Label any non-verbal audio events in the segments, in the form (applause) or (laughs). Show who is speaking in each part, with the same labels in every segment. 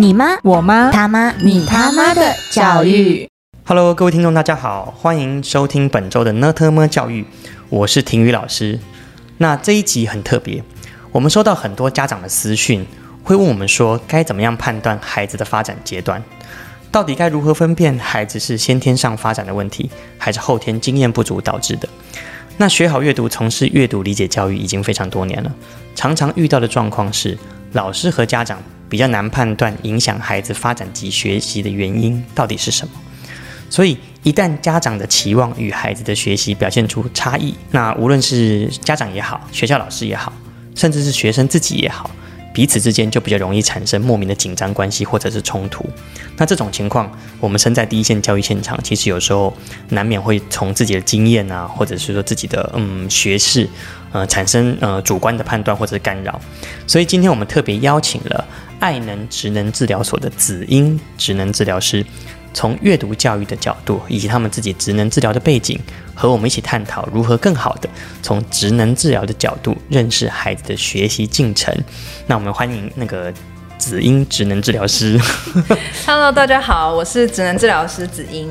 Speaker 1: 你妈、
Speaker 2: 我妈、
Speaker 1: 他妈、你他妈的教育。
Speaker 3: Hello，各位听众，大家好，欢迎收听本周的呢特么教育，我是婷宇老师。那这一集很特别，我们收到很多家长的私讯，会问我们说该怎么样判断孩子的发展阶段，到底该如何分辨孩子是先天上发展的问题，还是后天经验不足导致的？那学好阅读，从事阅读理解教育已经非常多年了，常常遇到的状况是，老师和家长比较难判断影响孩子发展及学习的原因到底是什么。所以，一旦家长的期望与孩子的学习表现出差异，那无论是家长也好，学校老师也好，甚至是学生自己也好，彼此之间就比较容易产生莫名的紧张关系或者是冲突。那这种情况，我们身在第一线教育现场，其实有时候难免会从自己的经验啊，或者是说自己的嗯学识，呃，产生呃主观的判断或者是干扰。所以今天我们特别邀请了爱能职能治疗所的子英职能治疗师，从阅读教育的角度，以及他们自己职能治疗的背景，和我们一起探讨如何更好的从职能治疗的角度认识孩子的学习进程。那我们欢迎那个子英职能治疗 (laughs) 师。
Speaker 2: Hello，大家好，我是职能治疗师子英。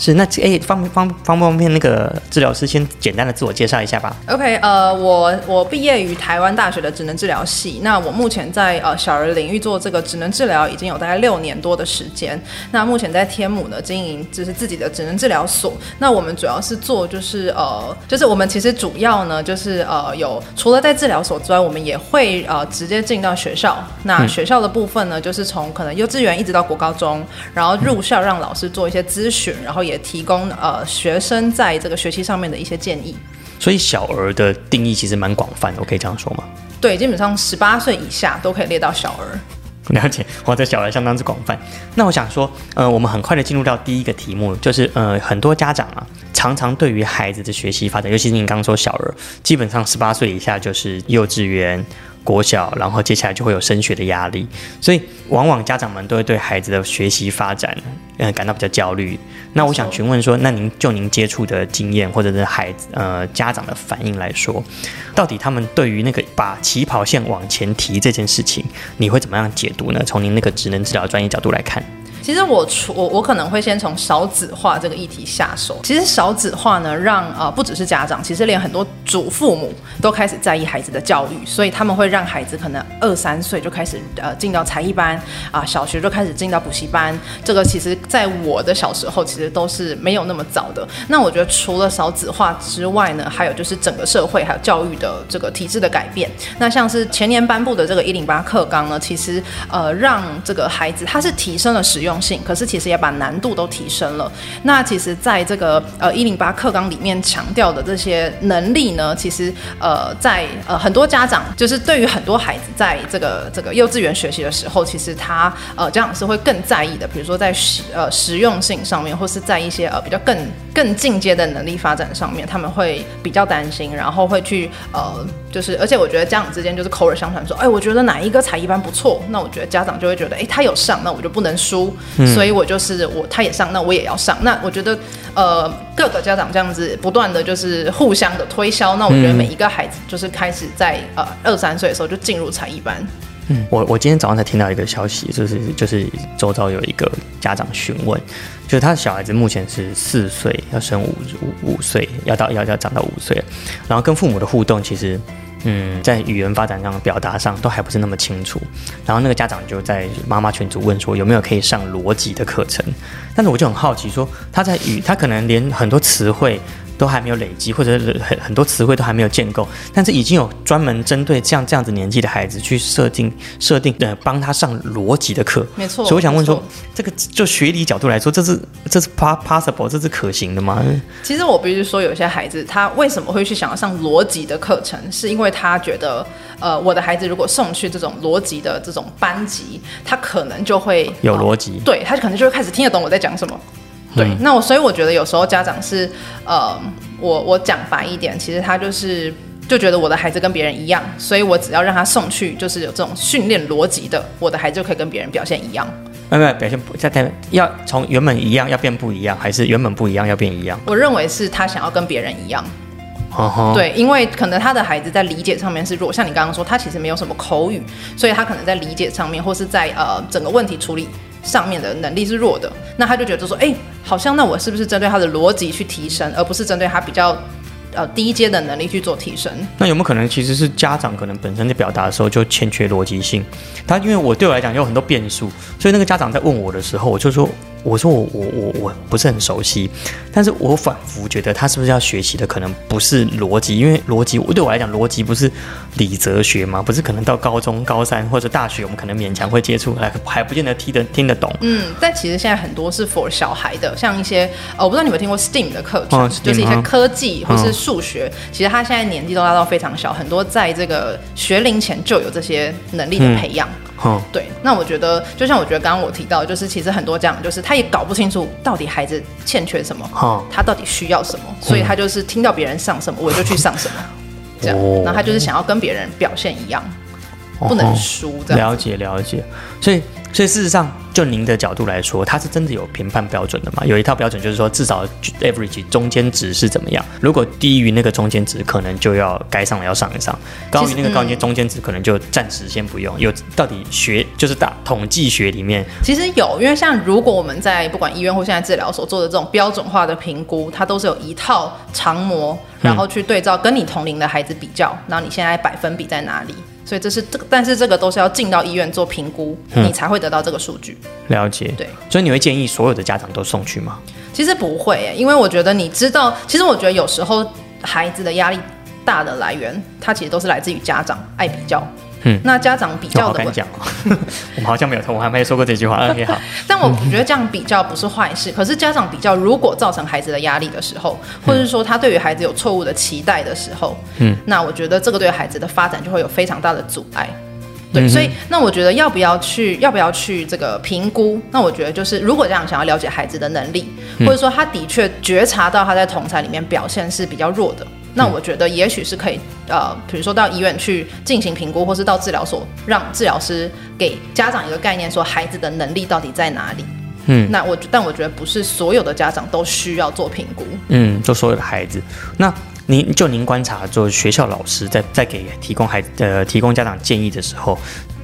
Speaker 3: 是，那哎、方方方不方便那个治疗师先简单的自我介绍一下吧？
Speaker 2: OK，呃，我我毕业于台湾大学的职能治疗系，那我目前在呃小儿领域做这个职能治疗已经有大概六年多的时间。那目前在天母呢经营就是自己的职能治疗所，那我们主要是做就是呃就是我们其实主要呢就是呃有除了在治疗所之外，我们也会呃直接进到学校。那学校的部分呢，就是从可能幼稚园一直到国高中，然后入校让老师做一些咨询，然后也提供呃学生在这个学习上面的一些建议。
Speaker 3: 所以小儿的定义其实蛮广泛的，我可以这样说吗？
Speaker 2: 对，基本上十八岁以下都可以列到小儿。
Speaker 3: (laughs) 了解，哇，这小孩相当之广泛。那我想说，呃，我们很快的进入到第一个题目，就是呃，很多家长啊，常常对于孩子的学习发展，尤其是您刚刚说小儿，基本上十八岁以下就是幼稚园、国小，然后接下来就会有升学的压力，所以往往家长们都会对孩子的学习发展，嗯、感到比较焦虑。那我想询问说，那您就您接触的经验，或者是孩子呃家长的反应来说，到底他们对于那个把起跑线往前提这件事情，你会怎么样解读呢？从您那个职能治疗专业角度来看，
Speaker 2: 其实我除我我可能会先从少子化这个议题下手。其实少子化呢，让呃不只是家长，其实连很多祖父母都开始在意孩子的教育，所以他们会让孩子可能二三岁就开始呃进到才艺班啊、小学就开始进到补习班。这个其实在我的小时候其实都是没有那么早的。那我觉得除了少子化之外呢，还有就是整个社会还有教育的这个体制的改变。那像是前年颁布的这个一零八课纲呢，其实呃让这个孩子他是提升了实用性，可是其实也把难度都提升了。那其实在这个呃一零八课纲里面强调的这些能力呢，其实呃在呃很多家长就是对于很多孩子在这个这个幼稚园学习的时候，其实他呃家长是会更在意的，比如说在实呃实用性上面，或是在一些呃比较更更进阶的能力发展上面，他们会比较担心，然后会去呃就是，而且我觉得家长之间就是口耳相传说，哎，我觉得哪一个才艺班不错，那我觉得家长就会觉得，哎，他有上，那我就不能输，
Speaker 3: 嗯
Speaker 2: 所以我就是我他也上，那我也要上。那我觉得呃各个家长这样子不断的就是互相的推销，那我觉得
Speaker 3: 嗯
Speaker 2: 每一个孩子就是开始在呃二三岁的时候就进入才艺班，
Speaker 3: 我我今天早上才听到一个消息，就是就是周遭有一个家长询问，就是他的小孩子目前是四岁，要升五五五岁，要到要要长到五岁了，然后跟父母的互动其实。嗯，在语言发展上、表达上都还不是那么清楚，然后那个家长就在妈妈群组问说有没有可以上逻辑的课程，但是我就很好奇说他在语，他可能连很多词汇都还没有累积，或者是很很多词汇都还没有建构，但是已经有专门针对像这样子年纪的孩子去设定设定呃帮他上逻辑的课，
Speaker 2: 没错
Speaker 3: 所以我想问
Speaker 2: 没
Speaker 3: 说
Speaker 2: 错，
Speaker 3: 这个就学理角度来说，这是这是 po- possible 这是可行的吗？
Speaker 2: 其实我必须说，有些孩子他为什么会去想要上逻辑的课程，是因为他觉得，呃，我的孩子如果送去这种逻辑的这种班级，他可能就会哦
Speaker 3: 有逻辑，嗯
Speaker 2: 对他可能就会开始听得懂我在讲什么。对，那我所以我觉得有时候家长是，呃，我我讲白一点，其实他就是就觉得我的孩子跟别人一样，所以我只要让他送去就是有这种训练逻辑的，我的孩子就可以跟别人表现一样。
Speaker 3: 没有没有表现不在在要从原本一样要变不一样，还是原本不一样要变一样？
Speaker 2: 我认为是他想要跟别人一样。
Speaker 3: 哦吼，
Speaker 2: 对，因为可能他的孩子在理解上面是弱，像你刚刚说，他其实没有什么口语，所以他可能在理解上面，或是在呃整个问题处理上面的能力是弱的。那他就觉得说，哎、好像那我是不是针对他的逻辑去提升，而不是针对他比较呃低阶的能力去做提升？
Speaker 3: 那有没有可能其实是家长可能本身在表达的时候就欠缺逻辑性？他因为我对我来讲有很多变数，所以那个家长在问我的时候，我就说，我说我我我我不是很熟悉，但是我反复觉得他是不是要学习的可能不是逻辑，因为逻辑对我来讲，逻辑不是理哲学嘛，不是可能到高中、高三或者大学，我们可能勉强会接触，还还不见得听得听得懂。
Speaker 2: 嗯，但其实现在很多是 for 小孩的，像一些呃，我不知道你有没有听过 STEAM 的课程，
Speaker 3: 哦，STEAM，
Speaker 2: 就是一些
Speaker 3: 嗯
Speaker 2: 科技或是数学。其实他现在年纪都拉到非常小，很多在这个学龄前就有这些能
Speaker 3: 嗯
Speaker 2: 力的培养。
Speaker 3: 哼、
Speaker 2: 对，那我觉得，就像我觉得刚刚我提到，就是其实很多家长就是他也搞不清楚到底孩子欠缺什么，
Speaker 3: 哦
Speaker 2: 他到底需要什么，所以他就是听到别人上什么，我就去上什么，这样，
Speaker 3: 哦
Speaker 2: 然后他就是想要跟别人表现一样，不
Speaker 3: 哦
Speaker 2: 能
Speaker 3: 吼
Speaker 2: 输这样。
Speaker 3: 了解了解，所以所以事实上，就您的角度来说，它是真的有评判标准的嘛？有一套标准，就是说至少 average 中间值是怎么样？如果低于那个中间值，可能就要该上的要上一上；高于那
Speaker 2: 嗯
Speaker 3: 个高阶中间值，可能就暂时先不用。有到底学就是大统计学里面，
Speaker 2: 其实有，因为像如果我们在不管医院或现在治疗所做的这种标准化的评估，它都是有一套长模，然
Speaker 3: 嗯
Speaker 2: 后去对照跟你同龄的孩子比较，然后你现在百分比在哪里。所以这是这个，但是这个都是要进到医院做评估，
Speaker 3: 嗯
Speaker 2: 你才会得到这个数据。
Speaker 3: 了解。
Speaker 2: 对，
Speaker 3: 所以你会建议所有的家长都送去吗？
Speaker 2: 其实不会耶，因为我觉得你知道，其实我觉得有时候孩子的压力大的来源，它其实都是来自于家长爱比较。
Speaker 3: 嗯
Speaker 2: 那家长比
Speaker 3: 我
Speaker 2: 较
Speaker 3: 好
Speaker 2: 的
Speaker 3: 敢
Speaker 2: 问，
Speaker 3: 讲哦， (laughs) 我们好像没有，我还没说过这句话。OK，好，
Speaker 2: 但我
Speaker 3: 嗯
Speaker 2: 觉得这样比较不是坏事。可是家长比较，如果造成孩子的压力的时候，或者是说他对于孩子有错误的期待的时候，嗯，那我觉得这个对孩子的发展就会有非常大的阻碍。对，所以那我觉得要不要去，要不要去这个评估？那我觉得就是，如果家长想要了解孩子的能力，或者说他的确觉察到他在同才里面表现是比较弱的，那我觉得也许是可以，呃，比如说到医院去进行评估，或是到治疗所让治疗师给家长一个概念，说孩子的能力到底在哪里。
Speaker 3: 嗯，
Speaker 2: 那我但我觉得不是所有的家长都需要做评估。
Speaker 3: 嗯，就所有的孩子。那您就您观察，就学校老师在在给提供孩呃提供家长建议的时候，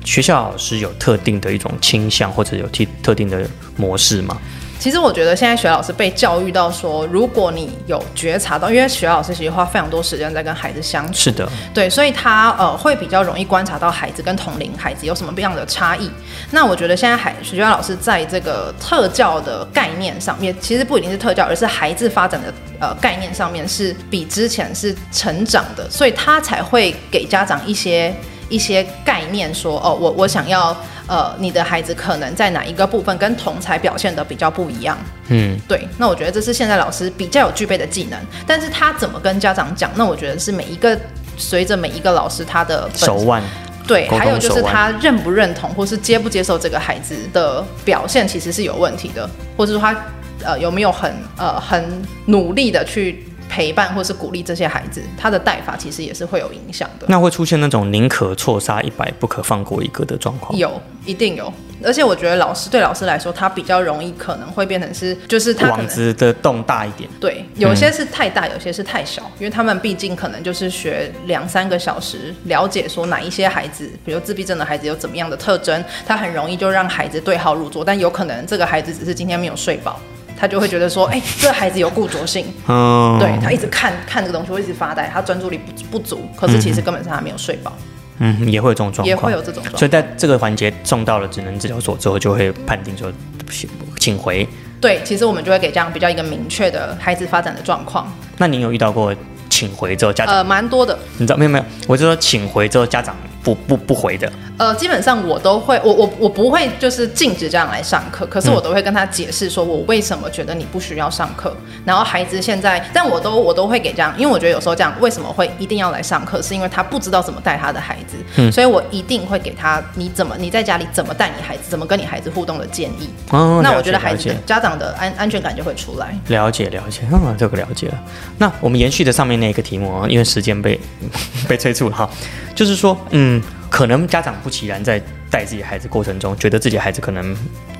Speaker 3: 学校老师有特定的一种倾向，或者有特特定的模式吗？
Speaker 2: 其实我觉得现在学老师被教育到说，如果你有觉察到，因为学老师其实花非常多时间在跟孩子相处，
Speaker 3: 是的，
Speaker 2: 对，所以他呃会比较容易观察到孩子跟同龄孩子有什么不一样的差异。那我觉得现在海学校老师在这个特教的概念上面，其实不一定是特教，而是孩子发展的呃概念上面是比之前是成长的，所以他才会给家长一些一些概念说，哦，我我想要呃你的孩子可能在哪一个部分跟同才表现的比较不一样。
Speaker 3: 嗯，
Speaker 2: 对，那我觉得这是现在老师比较有具备的技能，但是他怎么跟家长讲，那我觉得是每一个随着每一个老师他的本
Speaker 3: 手腕
Speaker 2: 对，
Speaker 3: 沟通
Speaker 2: 还有就是
Speaker 3: 手腕
Speaker 2: 他认不认同或是接不接受这个孩子的表现，其实是有问题的，或者说他呃有没有很呃很努力的去陪伴或是鼓励这些孩子，他的带法其实也是会有影响的。
Speaker 3: 那会出现那种宁可错杀一百，不可放过一个的状况。
Speaker 2: 有，一定有，而且我觉得老师对老师来说，他比较容易可能会变成是，就是他可
Speaker 3: 网
Speaker 2: 能
Speaker 3: 子的洞大一点，
Speaker 2: 对，
Speaker 3: 嗯
Speaker 2: 有些是太大，有些是太小，因为他们毕竟可能就是学两三个小时，了解说哪一些孩子，比如自闭症的孩子有怎么样的特征，他很容易就让孩子对号入座，但有可能这个孩子只是今天没有睡饱，他就会觉得说，哎、这个孩子有固着性，
Speaker 3: 嗯，
Speaker 2: 对他一直看看这个东西会一直发呆，他专注力不不足，可是其实根本上他没有睡饱，
Speaker 3: 嗯，也会有这种状况，
Speaker 2: 也会有这种状
Speaker 3: 所
Speaker 2: 况。
Speaker 3: 以在这个环节送到了职能治疗所之后，就会判定说，不行请回。
Speaker 2: 对，其实我们就会给这样比较一个明确的孩子发展的状况，
Speaker 3: 那您有遇到过请回之后家长？
Speaker 2: 呃，蛮多的。
Speaker 3: 你知道没有没有，我就说请回之后家长不不不回的，
Speaker 2: 呃，基本上我都会，我我我不会就是禁止这样来上课，可是
Speaker 3: 嗯
Speaker 2: 我都会跟他解释说，我为什么觉得你不需要上课。然后孩子现在，但我都我都会给这样，因为我觉得有时候这样为什么会一定要来上课，是因为他不知道怎么带他的孩子，
Speaker 3: 嗯
Speaker 2: 所以我一定会给他你怎么你在家里怎么带你孩子，怎么跟你孩子互动的建议。
Speaker 3: 哦
Speaker 2: 那
Speaker 3: 了
Speaker 2: 我觉
Speaker 3: 解
Speaker 2: 得孩
Speaker 3: 了
Speaker 2: 子的
Speaker 3: 解
Speaker 2: 家长的安安全感就会出来。
Speaker 3: 了解了解，嗯，这个了解了。那我们延续的上面那个题目哦，因为时间被 (laughs) 被催促了哈，就是说，嗯，可能家长不其然在带自己孩子过程中，觉得自己孩子可能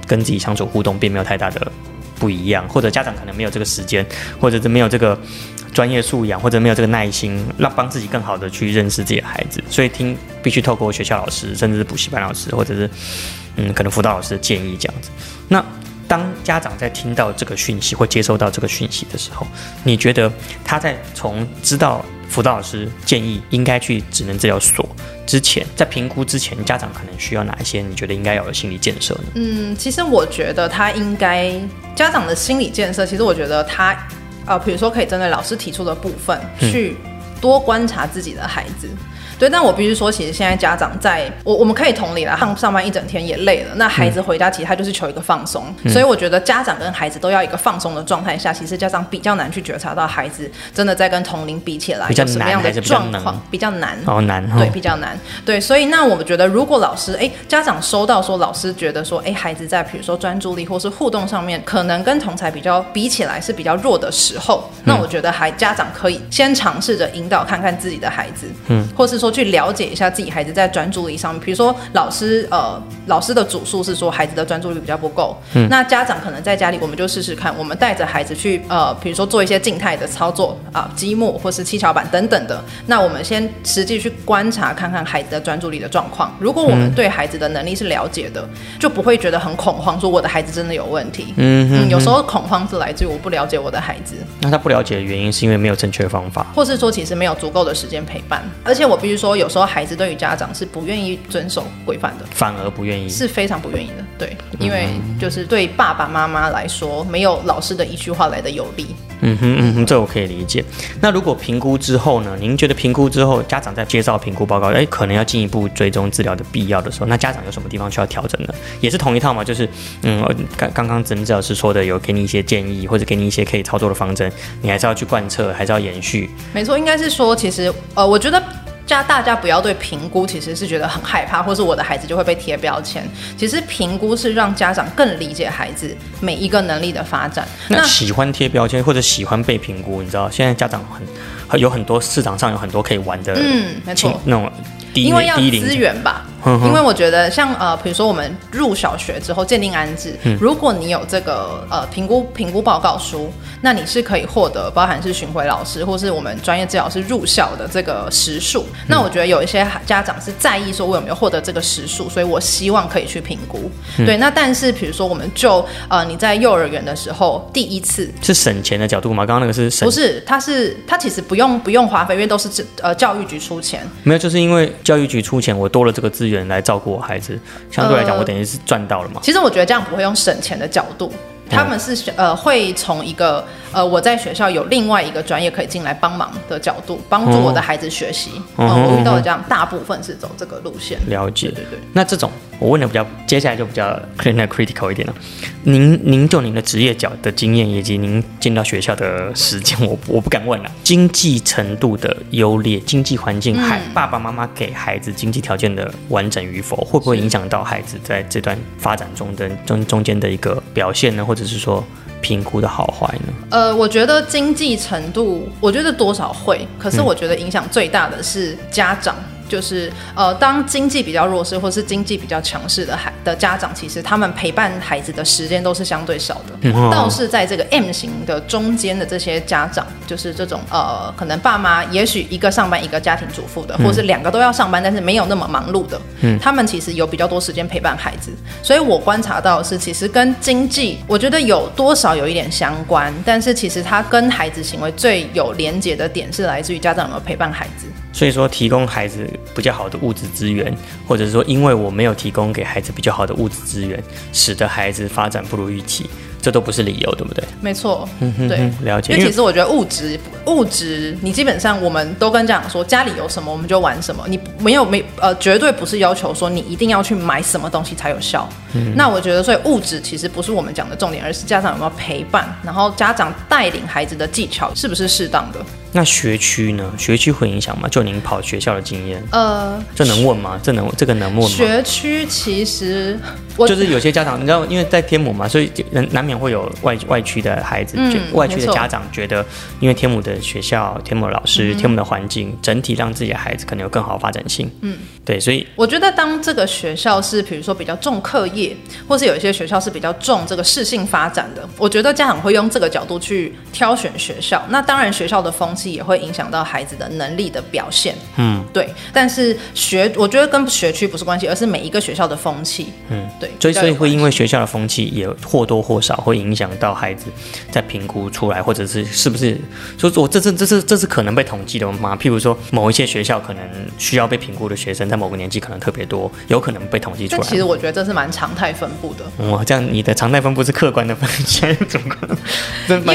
Speaker 3: 跟自己相处互动并没有太大的不一样，或者家长可能没有这个时间，或者是没有这个专业素养，或者没有这个耐心，让帮自己更好的去认识自己的孩子。所以听必须透过学校老师，甚至是补习班老师，或者是嗯可能辅导老师的建议这样子。那当家长在听到这个讯息或接收到这个讯息的时候，你觉得他在从知道辅导老师建议应该去职能治疗所之前，在评估之前，家长可能需要哪一些？你觉得应该要有心理建设呢？
Speaker 2: 嗯，其实我觉得他应该家长的心理建设，其实我觉得他呃，比如说可以针对老师提出的部分
Speaker 3: 嗯
Speaker 2: 去多观察自己的孩子。对，但我必须说，其实现在家长在我我们可以同理啦，上上班一整天也累了，那孩子
Speaker 3: 嗯
Speaker 2: 回家其实他就是求一个放松，所以我觉得家长跟孩子都要一个放松的状态下，其实家长比较难去觉察到孩子真的在跟同龄比起来
Speaker 3: 比较
Speaker 2: 有什么
Speaker 3: 难
Speaker 2: 样的
Speaker 3: 还是比较
Speaker 2: 状
Speaker 3: 能
Speaker 2: 况，比较难。
Speaker 3: 好难哦
Speaker 2: 对，，比较难。对，所以那我们觉得，如果老师，哎，家长收到说老师觉得说，哎，孩子在比如说专注力或是互动上面，可能跟同才比较比起来是比较弱的时候，那我觉得还家长可以先尝试着引导看看自己的孩子，嗯，或是说去了解一下自己孩子在专注力上面，比如说老师呃老师的主诉是说孩子的专注力比较不够，嗯，那家长可能在家里我们就试试看，我们带着孩子去呃，比如说做一些静态的操作啊，积木或是七巧板等等的，那我们先实际去观察看看孩子的专注力的状况。如果我们对孩子的能力是了解的，就不会觉得很恐慌，说我的孩子真的有问题。
Speaker 3: 嗯
Speaker 2: 嗯，
Speaker 3: 哼
Speaker 2: 有时候恐慌是来自于我不了解我的孩子，
Speaker 3: 那他不了解的原因是因为没有正确的方法。
Speaker 2: 或是说其实没有足够的时间陪伴。而且我必须说，有时候孩子对于家长是不愿意遵守规范的。
Speaker 3: 反而不愿意。
Speaker 2: 是非常不愿意的，对，因为就是对爸爸妈妈来说，没有老师的一句话来的有力，
Speaker 3: 嗯哼，嗯哼，这我可以理解。那如果评估之后呢？您觉得评估之后，家长在介绍评估报告，哎，可能要进一步追踪治疗的必要的时候，那家长有什么地方需要调整呢？也是同一套嘛，就是嗯，呃刚刚刚曾治疗师说的，有给你一些建议，或者给你一些可以操作的方针，你还是要去贯彻，还是要延续。
Speaker 2: 没错，应该是说，其实呃，我觉得。家大家不要对评估其实是觉得很害怕，或是我的孩子就会被贴标签。其实评估是让家长更理解孩子每一个能力的发展。
Speaker 3: 那喜欢贴标签或者喜欢被评估，你知道现在家长很很有很多市场上有很多可以玩的，
Speaker 2: 嗯没错
Speaker 3: 亲那种低
Speaker 2: 因为要
Speaker 3: 低龄嗯
Speaker 2: 资源吧。因为我觉得像呃，比如说我们入小学之后鉴定安置，
Speaker 3: 嗯
Speaker 2: 如果你有这个呃评估评估报告书，那你是可以获得包含是巡回老师或是我们专业治疗师入校的这个时数。
Speaker 3: 嗯
Speaker 2: 那我觉得有一些家长是在意说我有没有获得这个时数，所以我希望可以去评估。
Speaker 3: 嗯
Speaker 2: 对，那但是比如说我们就呃你在幼儿园的时候第一次
Speaker 3: 是省钱的角度吗？刚刚那个是省
Speaker 2: 不是，它是它其实不用不用花费，因为都是自呃教育局出钱。
Speaker 3: 没有，就是因为教育局出钱，我多了这个资源来照顾我孩子，相对来讲，
Speaker 2: 呃
Speaker 3: 我等于是赚到了嘛。
Speaker 2: 其实我觉得这样不会用省钱的角度，他们是选呃会从一个呃我在学校有另外一个专业可以进来帮忙的角度，帮助我的孩子学习。
Speaker 3: 哦
Speaker 2: 嗯、
Speaker 3: 哦
Speaker 2: 我遇到的这样大部分是走这个路线。
Speaker 3: 了解，
Speaker 2: 对对对。
Speaker 3: 那这种我问的比较，接下来就比较 clean critical 一点了。您您就您的职业角的经验，以及您进到学校的时间，我 (laughs) 我不敢问了。经济程度的优劣，经济环
Speaker 2: 嗯
Speaker 3: 境，孩、爸爸妈妈给孩子经济条件的完整与否，会不会影响到孩子在这段发展中的中中间的一个表现呢？或者是说评估的好坏呢？
Speaker 2: 呃，我觉得经济程度，我觉得多少会，可是我觉得影响最大的是家长。就是呃，当经济比较弱势或是经济比较强势的孩的家长，其实他们陪伴孩子的时间都是相对少的。
Speaker 3: 嗯
Speaker 2: 倒是在这个 M 型的中间的这些家长，就是这种呃，可能爸妈也许一个上班一个家庭主妇
Speaker 3: 嗯
Speaker 2: 的，或是两个都要上班，但是没有那么忙碌的，他们其实有比较多时间陪伴孩子。所以我观察到的是，其实跟经济，我觉得有多少有一点相关，但是其实它跟孩子行为最有连结的点是来自于家长有没有陪伴孩子。
Speaker 3: 所以说，提供孩子比较好的物质资源，或者是说，因为我没有提供给孩子比较好的物质资源，使得孩子发展不如预期，这都不是理由，对不对？
Speaker 2: 没错，对。
Speaker 3: 嗯，了解。
Speaker 2: 因为
Speaker 3: 因为
Speaker 2: 其实我觉得物质物质，你基本上我们都跟家长说，家里有什么我们就玩什么，你没有没呃，绝对不是要求说你一定要去买什么东西才有效。
Speaker 3: 嗯
Speaker 2: 那我觉得，所以物质其实不是我们讲的重点，而是家长有没有陪伴，然后家长带领孩子的技巧是不是适当的。
Speaker 3: 那学区呢？学区会影响吗？就您跑学校的经验，
Speaker 2: 呃，
Speaker 3: 这能问吗？这能这个能问吗？
Speaker 2: 学区其实我
Speaker 3: 就是有些家长，你知道，因为在天母嘛，所以人难免会有外外区的孩子，
Speaker 2: 嗯
Speaker 3: 就外区
Speaker 2: 没
Speaker 3: 的
Speaker 2: 错
Speaker 3: 家长觉得，因为天母的学校、天母的老师、天母的环境，整体让自己的孩子可能有更好的发展性。嗯，对，所以
Speaker 2: 我觉得当这个学校是比如说比较重课业，或是有一些学校是比较重这个适性发展的，我觉得家长会用这个角度去挑选学校。那当然，学校的风气也会影响到孩子的能力的表现。嗯，对。但是学，我觉得跟学区不是关系，而是每一个学校的风气。嗯，对。
Speaker 3: 所以所
Speaker 2: 比较
Speaker 3: 以
Speaker 2: 有关
Speaker 3: 会
Speaker 2: 系
Speaker 3: 因为学校的风气也或多或少会影响到孩子在评估出来，或者是是不是说我这是这是这是可能被统计的吗？譬如说某一些学校可能需要被评估的学生在某个年纪可能特别多，有可能被统计出
Speaker 2: 但其实
Speaker 3: 来。
Speaker 2: 我觉得这是蛮常态分布的。
Speaker 3: 哇、这样你的常态分布是客观的分 (laughs) 析，怎么可能？因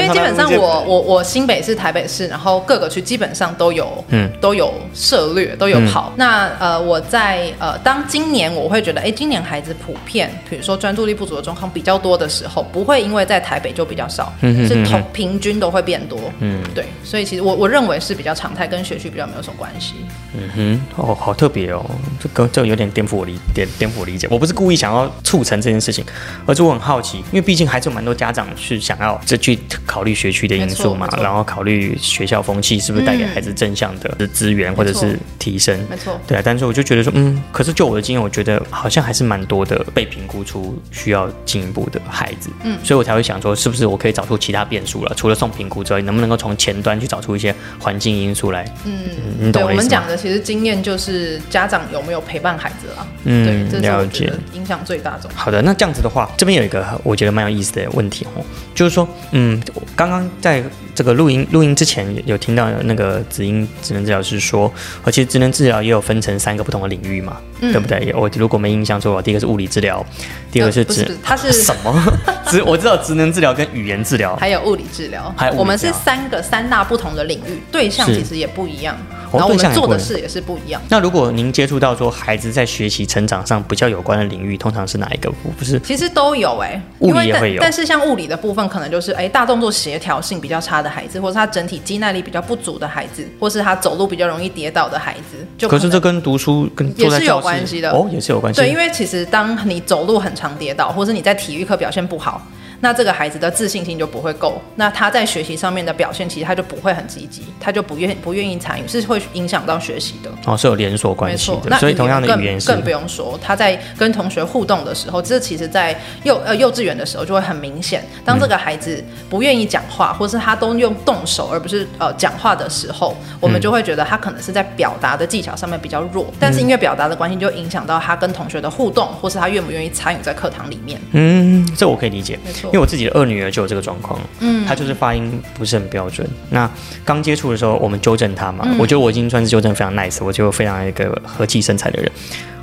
Speaker 2: 因为基本上我我我新北市、台北市，然后各个区基本上都有，
Speaker 3: 嗯
Speaker 2: 都有涉略，都有跑。那呃，我在呃，当今年我会觉得，哎，今年孩子普遍，比如说专注力不足的状况比较多的时候，不会因为在台北就比较少，
Speaker 3: 嗯嗯
Speaker 2: 是
Speaker 3: 嗯
Speaker 2: 同
Speaker 3: 嗯
Speaker 2: 平均都会变多。
Speaker 3: 嗯
Speaker 2: 对，所以其实我我认为是比较常态，跟学区比较没有什么关系。
Speaker 3: 嗯哼，哦，好特别哦，这个这有点颠覆我理颠颠覆我理解。我不是故意想要促成这件事情，而是我很好奇，因为毕竟还是有蛮多家长是想要这去考虑学区的因素
Speaker 2: 没
Speaker 3: 嘛
Speaker 2: 错没，错
Speaker 3: 然后考虑学校风气是不是带给孩子正向的资源或者
Speaker 2: 嗯没
Speaker 3: 是
Speaker 2: 错
Speaker 3: 提升。
Speaker 2: 没错，
Speaker 3: 对啊，但是我就觉得说，嗯，可是就我的经验，我觉得好像还是蛮多的被评估出需要进一步的孩子，嗯，所以我才会想说，是不是我可以找出其他变数了？除了送评估之外，能不能够从前端去找出一些环境因素来？嗯，你
Speaker 2: 对，
Speaker 3: 懂我
Speaker 2: 我
Speaker 3: 的意
Speaker 2: 们
Speaker 3: 思吗
Speaker 2: 讲？的其实经验就是家长有没有陪伴孩子啦。
Speaker 3: 嗯
Speaker 2: 对，这是我
Speaker 3: 了
Speaker 2: 觉
Speaker 3: 解
Speaker 2: 得影响最大的。
Speaker 3: 好的，那这样子的话，这边有一个我觉得蛮有意思的问题哦，就是说，嗯，我刚刚在这个录音录音之前有听到那个子英职能治疗师说，哦而且职能治疗也有分成三个不同的领域嘛，
Speaker 2: 嗯
Speaker 3: 对不对？我如果没印象错的话，第一个是物理治疗，第二个
Speaker 2: 呃
Speaker 3: 是
Speaker 2: 不是
Speaker 3: 职、
Speaker 2: 不是它是
Speaker 3: (laughs) 什
Speaker 2: (laughs)
Speaker 3: 么？职我知道职能治疗跟语言治疗，
Speaker 2: 还有物理治疗，
Speaker 3: 还有物理治疗
Speaker 2: 我们是三个三大不同的领域，对象
Speaker 3: 是
Speaker 2: 其实也不一样，
Speaker 3: 哦
Speaker 2: 然后我
Speaker 3: 对象
Speaker 2: 们
Speaker 3: 也
Speaker 2: 做
Speaker 3: 不
Speaker 2: 的
Speaker 3: 一样
Speaker 2: 事也是不一样。
Speaker 3: 那如果您接触到说孩子在学习成长上比较有关的领域，通常是哪一个？不是
Speaker 2: 其实都有哎、
Speaker 3: 物理
Speaker 2: 因为
Speaker 3: 也
Speaker 2: 但
Speaker 3: 会有
Speaker 2: 但是像物理的部分，可能就是哎、大动作协调性比较差的孩子，或是他整体肌耐力比较不足的孩子，或是他走路比较容易跌倒的孩子，就
Speaker 3: 可是
Speaker 2: 能
Speaker 3: 这跟读书跟
Speaker 2: 也
Speaker 3: 坐在
Speaker 2: 是有
Speaker 3: 教室
Speaker 2: 关系的
Speaker 3: 哦，也是有关系。
Speaker 2: 对，因为其实当你走路很常跌倒，或是你在体育课表现不好，那这个孩子的自信心就不会够，那他在学习上面的表现，其实他就不会很积极，他就不愿不愿意参与，是会影响到学习的。
Speaker 3: 哦是有连锁关
Speaker 2: 没
Speaker 3: 系
Speaker 2: 错，
Speaker 3: 的，
Speaker 2: 那
Speaker 3: 所以同样的
Speaker 2: 更
Speaker 3: 语言是
Speaker 2: 更不用说，他在跟同学互动的时候，这其实，在幼呃幼稚园的时候就会很明显。当
Speaker 3: 嗯
Speaker 2: 这个孩子不愿意讲话，或是他都用动手而不是呃讲话的时候，我
Speaker 3: 嗯
Speaker 2: 们就会觉得他可能是在表达的技巧上面比较弱。但是因为表达的关系，就影响到他跟同学的互动，或是他愿不愿意参与在课堂里面。
Speaker 3: 嗯，这我可以理解，
Speaker 2: 没错
Speaker 3: 因为我自己的二女儿就有这个状况，嗯，她就是发音不是很标准。那刚接触的时候，我们纠正她嘛，
Speaker 2: 嗯
Speaker 3: 我觉得我已经算是纠正非常 nice，我觉得我非常一个和气生财的人。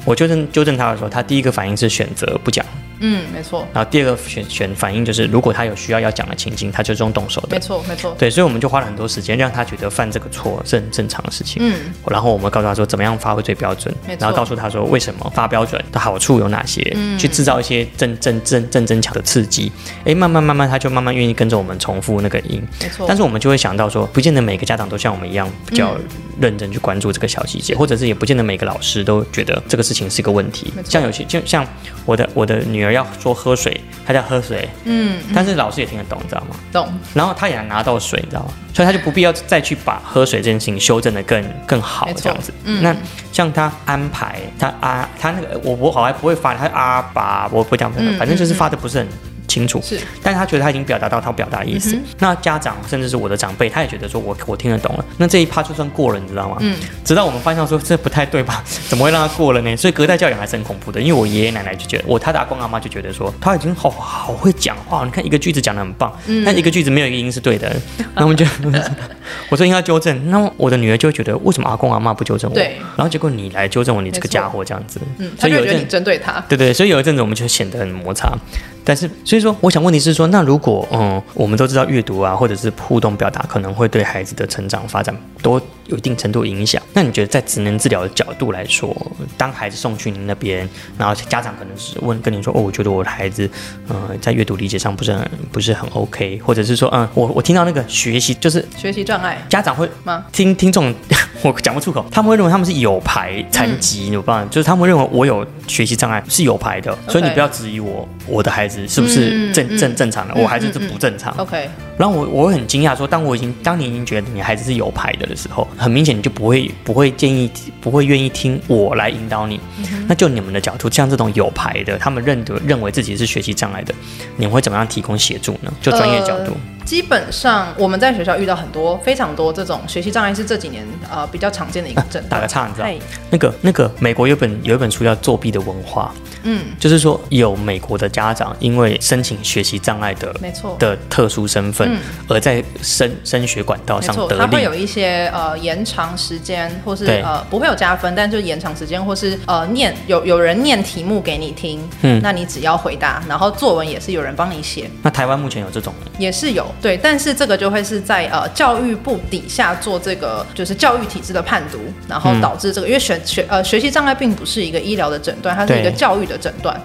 Speaker 3: 我纠正纠正她的时候，她第一个反应是选择不讲，
Speaker 2: 嗯，没错，
Speaker 3: 然后第二个选选反应就是如果她有需要要讲的情境，她就是用动手
Speaker 2: 没
Speaker 3: 的。
Speaker 2: 错，没错。
Speaker 3: 对，所以我们就花了很多时间让她觉得犯这个错是很正常的事情。
Speaker 2: 嗯，
Speaker 3: 然后我们告诉他说怎么样发挥最标准
Speaker 2: 没，错嗯
Speaker 3: 然后告诉他说为什么发标准的好处有哪些，去制造一些正正正正增强的刺激。诶，慢慢慢慢，他就慢慢愿意跟着我们重复那个音。
Speaker 2: 没错
Speaker 3: 但是我们就会想到说，不见得每个家长都像我们一样比较
Speaker 2: 嗯
Speaker 3: 认真去关注这个小细节，或者是也不见得每个老师都觉得这个事情是一个问题
Speaker 2: 没。错
Speaker 3: 像有些就像我的我的女儿要说喝水，她叫喝水，
Speaker 2: 嗯，
Speaker 3: 但是老师也听得懂，你知道吗？
Speaker 2: 懂。
Speaker 3: 然后他也拿到水，你知道吗？所以他就不必要再去把喝水这件事情修正的更更好
Speaker 2: 没错嗯
Speaker 3: 这样子。那像他安排他啊，他那个我我好像不会发，他啊吧，我不会讲这个，反正就是发的不是很。清楚
Speaker 2: 嗯是，
Speaker 3: 但是他觉得他已经表达到他表达的意思。
Speaker 2: 嗯
Speaker 3: 那家长甚至是我的长辈，他也觉得说我我听得懂了。那这一趴就算过了，你知道吗？嗯。直到我们发现说这不太对吧？ (laughs) 怎么会让他过了呢？所以隔代教养还是很恐怖的。因为我爷爷奶奶就觉得，我他的阿公阿妈就觉得说他已经好好会讲话，你看一个句子讲的很棒，
Speaker 2: 嗯
Speaker 3: 但一个句子没有一个音是对的。那我们就 (laughs) 我说应该纠正，那我的女儿就会觉得为什么阿公阿妈不纠正我？
Speaker 2: 对
Speaker 3: 然后结果你来纠正我，你这个
Speaker 2: 没错
Speaker 3: 家伙这样子，
Speaker 2: 嗯，他
Speaker 3: 所以
Speaker 2: 就
Speaker 3: 有
Speaker 2: 会
Speaker 3: 一
Speaker 2: 觉得
Speaker 3: 阵
Speaker 2: 你针对他。
Speaker 3: 对对，所以有一阵子我们就显得很摩擦。但是，所以说，我想问题是说，那如果嗯，我们都知道阅读啊，或者是互动表达，可能会对孩子的成长发展都有一定程度影响。那你觉得在职能治疗的角度来说，当孩子送去您那边，然后家长可能是问跟您说，哦，我觉得我的孩子，呃嗯、在阅读理解上不是很不是很 OK，或者是说，嗯，我我听到那个学习就是
Speaker 2: 学习障障碍
Speaker 3: 家长会
Speaker 2: 吗？
Speaker 3: 听听众， (laughs) 我讲不出口，他们会认为他们是有牌残
Speaker 2: 嗯
Speaker 3: 疾，有办法，就是他们会认为我有学习障碍是有牌的，所以你不要质疑我，我的孩子是不是
Speaker 2: 嗯
Speaker 3: 正、
Speaker 2: 嗯
Speaker 3: 正正常的，
Speaker 2: 嗯
Speaker 3: 我孩子是不正常。
Speaker 2: OK，
Speaker 3: 然后我我会很惊讶说，当我已经当你已经觉得你孩子是有牌的的时候，很明显你就不会不会建议不会愿意听我来引导你。
Speaker 2: 嗯
Speaker 3: 那就你们的角度，像这种有牌的，他们认得认为自己是学习障碍的，你们会怎么样提供协助呢？就专业角度，
Speaker 2: 基本上我们在学校遇到很多非常多这种学习障碍是这几年呃比较常见的一个症
Speaker 3: 打
Speaker 2: 状。
Speaker 3: 个岔，你知道
Speaker 2: 嗨
Speaker 3: 那个那个美国有本有一本书叫《作弊的文化》，
Speaker 2: 嗯，
Speaker 3: 就是说有美国的家长因为申请学习障碍的
Speaker 2: 没错。
Speaker 3: 的特殊身份，
Speaker 2: 嗯
Speaker 3: 而在升升学管道
Speaker 2: 没
Speaker 3: 上
Speaker 2: 错，
Speaker 3: 得
Speaker 2: 它会
Speaker 3: 利
Speaker 2: 有。一些呃延长时间，或是
Speaker 3: 对
Speaker 2: 呃不会有加分，但就是延长时间，或是呃念有有人念题目给你听，
Speaker 3: 嗯
Speaker 2: 那你只要回答，然后作文也是有人帮你写，
Speaker 3: 那台湾目前有这种
Speaker 2: 也是有对，但是这个就会是在呃教育部底下做这个就是教育体制的判读，然后导致这个，因为学学呃学习障碍并不是一个医疗的诊断，它是一个
Speaker 3: 对
Speaker 2: 教育的诊断。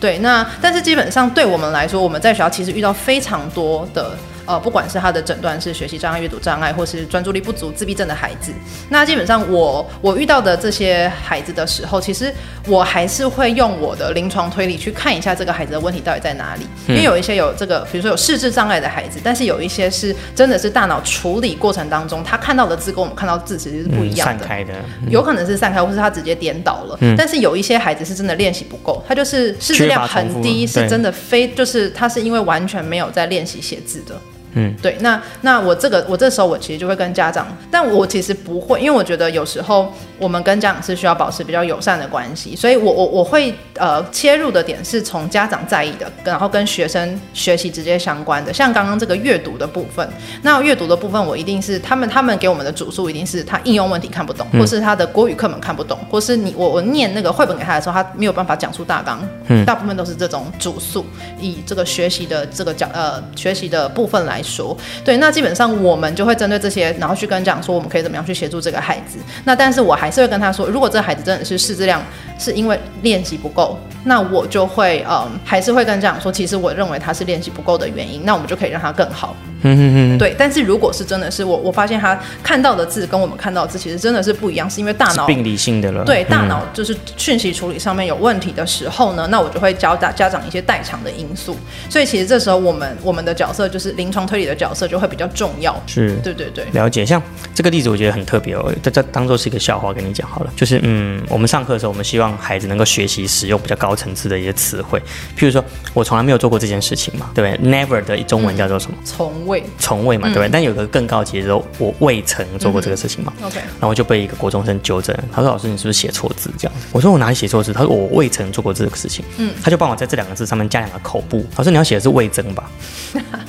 Speaker 2: 对，那但是基本上对我们来说，我们在学校其实遇到非常多的。呃，不管是他的诊断是学习障碍、阅读障碍，或是专注力不足、自闭症的孩子，那基本上我我遇到的这些孩子的时候，其实我还是会用我的临床推理去看一下这个孩子的问题到底在哪里，因
Speaker 3: 嗯
Speaker 2: 为有一些有这个，比如说有视智障碍的孩子，但是有一些是真的是大脑处理过程当中，他看到的字跟我们看到的字其实是不一
Speaker 3: 嗯
Speaker 2: 样
Speaker 3: 散
Speaker 2: 的。
Speaker 3: 开的，
Speaker 2: 有可能是散开，或是他直接颠倒了。但是有一些孩子是真的练习不够，他就是识字量很低，
Speaker 3: 嗯缺乏重复对
Speaker 2: 是真的非就是他是因为完全没有在练习写字的。
Speaker 3: 嗯，
Speaker 2: 对，那那我这个我这时候我其实就会跟家长，但我其实不会，因为我觉得有时候我们跟家长是需要保持比较友善的关系，所以我我我会呃切入的点是从家长在意的，然后跟学生学习直接相关的，像刚刚这个阅读的部分，那阅读的部分，我一定是他们他们给我们的主诉一定是他应用问题看不懂，或是他的国语课本看不懂，或是你我我念那个绘本给他的时候，他没有办法讲出大纲，
Speaker 3: 嗯
Speaker 2: 大部分都是这种主诉。以这个学习的这个角呃学习的部分来说，对，那基本上我们就会针对这些，然后去跟讲说我们可以怎么样去协助这个孩子。那但是我还是会跟他说，如果这个孩子真的是识字量是因为练习不够，那我就会嗯还是会跟家长说，其实我认为他是练习不够的原因，那我们就可以让他更好。
Speaker 3: 嗯嗯嗯，
Speaker 2: 对，但是如果是真的是我，我发现他看到的字跟我们看到的字其实真的是不一样，是因为大
Speaker 3: 是
Speaker 2: 脑
Speaker 3: 病理性的了。
Speaker 2: 对大
Speaker 3: 嗯
Speaker 2: 脑就是讯息处理上面有问题的时候呢，那我就会教大家长一些代偿的因素。所以其实这时候我们我们的角色就是临床推理的角色就会比较重要。
Speaker 3: 是
Speaker 2: 对对对，
Speaker 3: 了解，像这个例子我觉得很特别哦，这这当做是一个笑话跟你讲好了。就是嗯，我们上课的时候，我们希望孩子能够学习使用比较高层次的一些词汇，譬如说我从来没有做过这件事情嘛，对不对？Never 的中
Speaker 2: 嗯
Speaker 3: 文叫做什么？
Speaker 2: 从未
Speaker 3: 从未嘛，对不对？但有个更高级的时候，我未曾做过这个事情嘛。
Speaker 2: OK，
Speaker 3: 然后就被一个国中生纠正，他说：“老师，你是不是写错字？”这样，我说：“我哪里写错字？”他说：“我未曾做过这个事情。”嗯，他就帮我在这两个字上面加两个口部。老师，你要写的是未曾吧？ (laughs)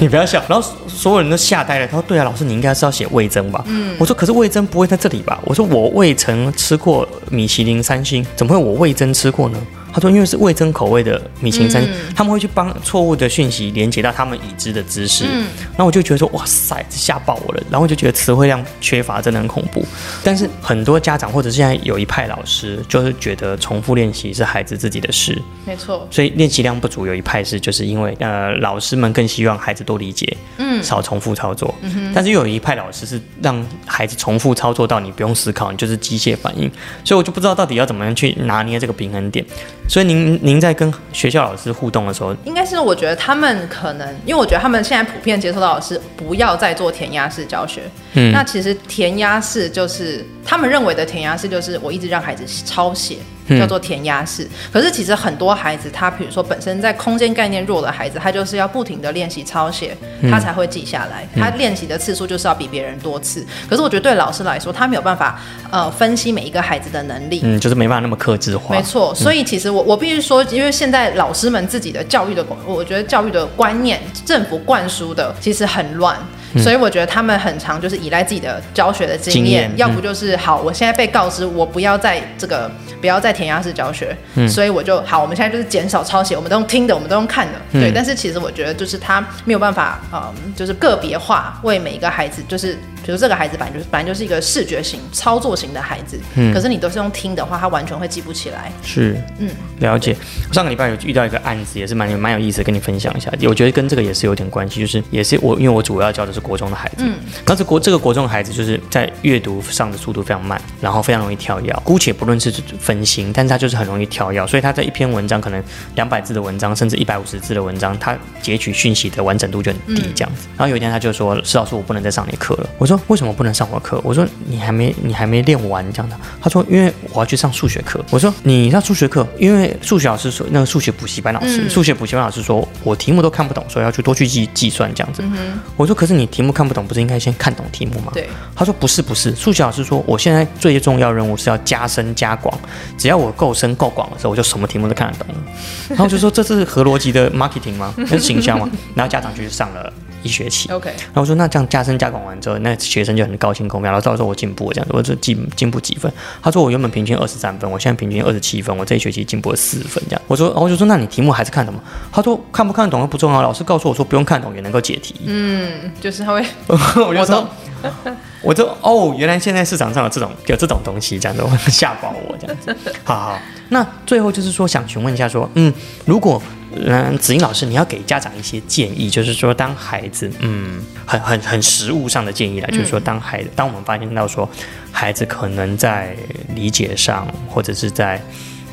Speaker 3: 你不要笑。然后所有人都吓呆了。他说：“对啊，老师，你应该是要写味增吧？”嗯，我说：“可是味增不会在这里吧？”我说：“我未曾吃过米其林三星，怎么会我味增吃过呢？”他说：“因为是味增口味的米其林三星，他们会去帮错误的讯息连接到他们已知的知识。然后我就觉得说：“哇塞，这吓爆我了！”然后我就觉得词汇量缺乏真的很恐怖。但是很多家长或者现在有一派老师，就是觉得重复练习是孩子自己的事，
Speaker 2: 没错，
Speaker 3: 所以练习量不足有一派是，就是因为呃老师们更希望孩子多理解，嗯，少重复操作。但是又有一派老师是让孩子重复操作到你不用思考，你就是机械反应。所以我就不知道到底要怎么样去拿捏这个平衡点。所以您您在跟学校老师互动的时候，
Speaker 2: 应该是我觉得他们可能，因为我觉得他们现在普遍接受到的是不要再做填鸭式教学。
Speaker 3: 嗯
Speaker 2: 那其实填鸭式就是他们认为的填鸭式，就是我一直让孩子抄写。
Speaker 3: 嗯
Speaker 2: 叫做填鸭式，可是其实很多孩子，他比如说本身在空间概念弱的孩子，他就是要不停的练习抄写，
Speaker 3: 嗯
Speaker 2: 他才会记下来。他练习的次数就是要比别人多次。可是我觉得对老师来说，他没有办法呃分析每一个孩子的能力，
Speaker 3: 嗯，就是没办法那么克制化。
Speaker 2: 没错，所以其实我我必须说，因为现在老师们自己的教育的，我觉得教育的观念，政府灌输的其实很乱。所以我觉得他们很常就是依赖自己的教学的经
Speaker 3: 经
Speaker 2: 验
Speaker 3: 验，嗯
Speaker 2: 要不就是好，我现在被告知我不要在这个不要在填鸭式教学，
Speaker 3: 嗯
Speaker 2: 所以我就好，我们现在就是减少抄写，我们都用听的，我们都用看的，嗯对。但是其实我觉得就是他没有办法，嗯，就是个别化为每一个孩子就是比如这个孩子本来就是本来就是一个视觉型、操作型的孩子，
Speaker 3: 嗯
Speaker 2: 可是你都是用听的话，他完全会记不起来。
Speaker 3: 是，嗯，了解。上个礼拜有遇到一个案子，也是蛮有蛮有意思的，跟你分享一下。我觉得跟这个也是有点关系，就是也是我因为我主要教的是国中的孩子，嗯，那这国这个国中的孩子就是在阅读上的速度非常慢，然后非常容易跳跃。姑且不论是分心，但是他就是很容易跳跃，所以他在一篇文章可能两百字的文章，甚至一百五十字的文章，他截取讯息的完整度就很低，这样子。然后有一天他就说：“施老师，我不能再上你的课了。”我说：“为什么不能上我的课？”我说：“你还没你还没练完这样的。”他说：“因为我要去上数学课。”我说：“你上数学课？因为数学老师说那个数学补习班老师，数学补习班老师说我题目都看不懂，所以要去多去计计算这样子。我说：“可是你题目看不懂，不是应该先看懂题目吗？”
Speaker 2: 对，
Speaker 3: 他说不是不是，数学老师说我现在最重要任务是要加深加广，只要我够深够广的时候，我就什么题目都看得懂了。然后我就说这是合逻辑的 marketing 吗？那是行销吗？然后家长就去上了一学期。
Speaker 2: OK，
Speaker 3: 然后我说那这样加深加广完之后，那学生就很高兴跟我讲，老师老师我进步了这样子，我这进进步几分？他说我原本平均二十三分，我现在平均二十七分，我这一学期进步了四分这样。我说，哦然后我就说那你题目还是看懂吗？他说看不看懂都不重要，老师告诉我说不用看懂也能够解题。
Speaker 2: 就是他会，
Speaker 3: 我就
Speaker 2: 我
Speaker 3: 说
Speaker 2: 懂，
Speaker 3: (laughs) 我就哦，原来现在市场上有这种有这种东西，这样子我吓跑我这样
Speaker 2: (laughs)
Speaker 3: 子。好好，那最后就是说想询问一下说，嗯，如果嗯子英老师你要给家长一些建议，就是说当孩子嗯很很很实物上的建议啦，就是说
Speaker 2: 嗯
Speaker 3: 当孩子当我们发现到说孩子可能在理解上或者是在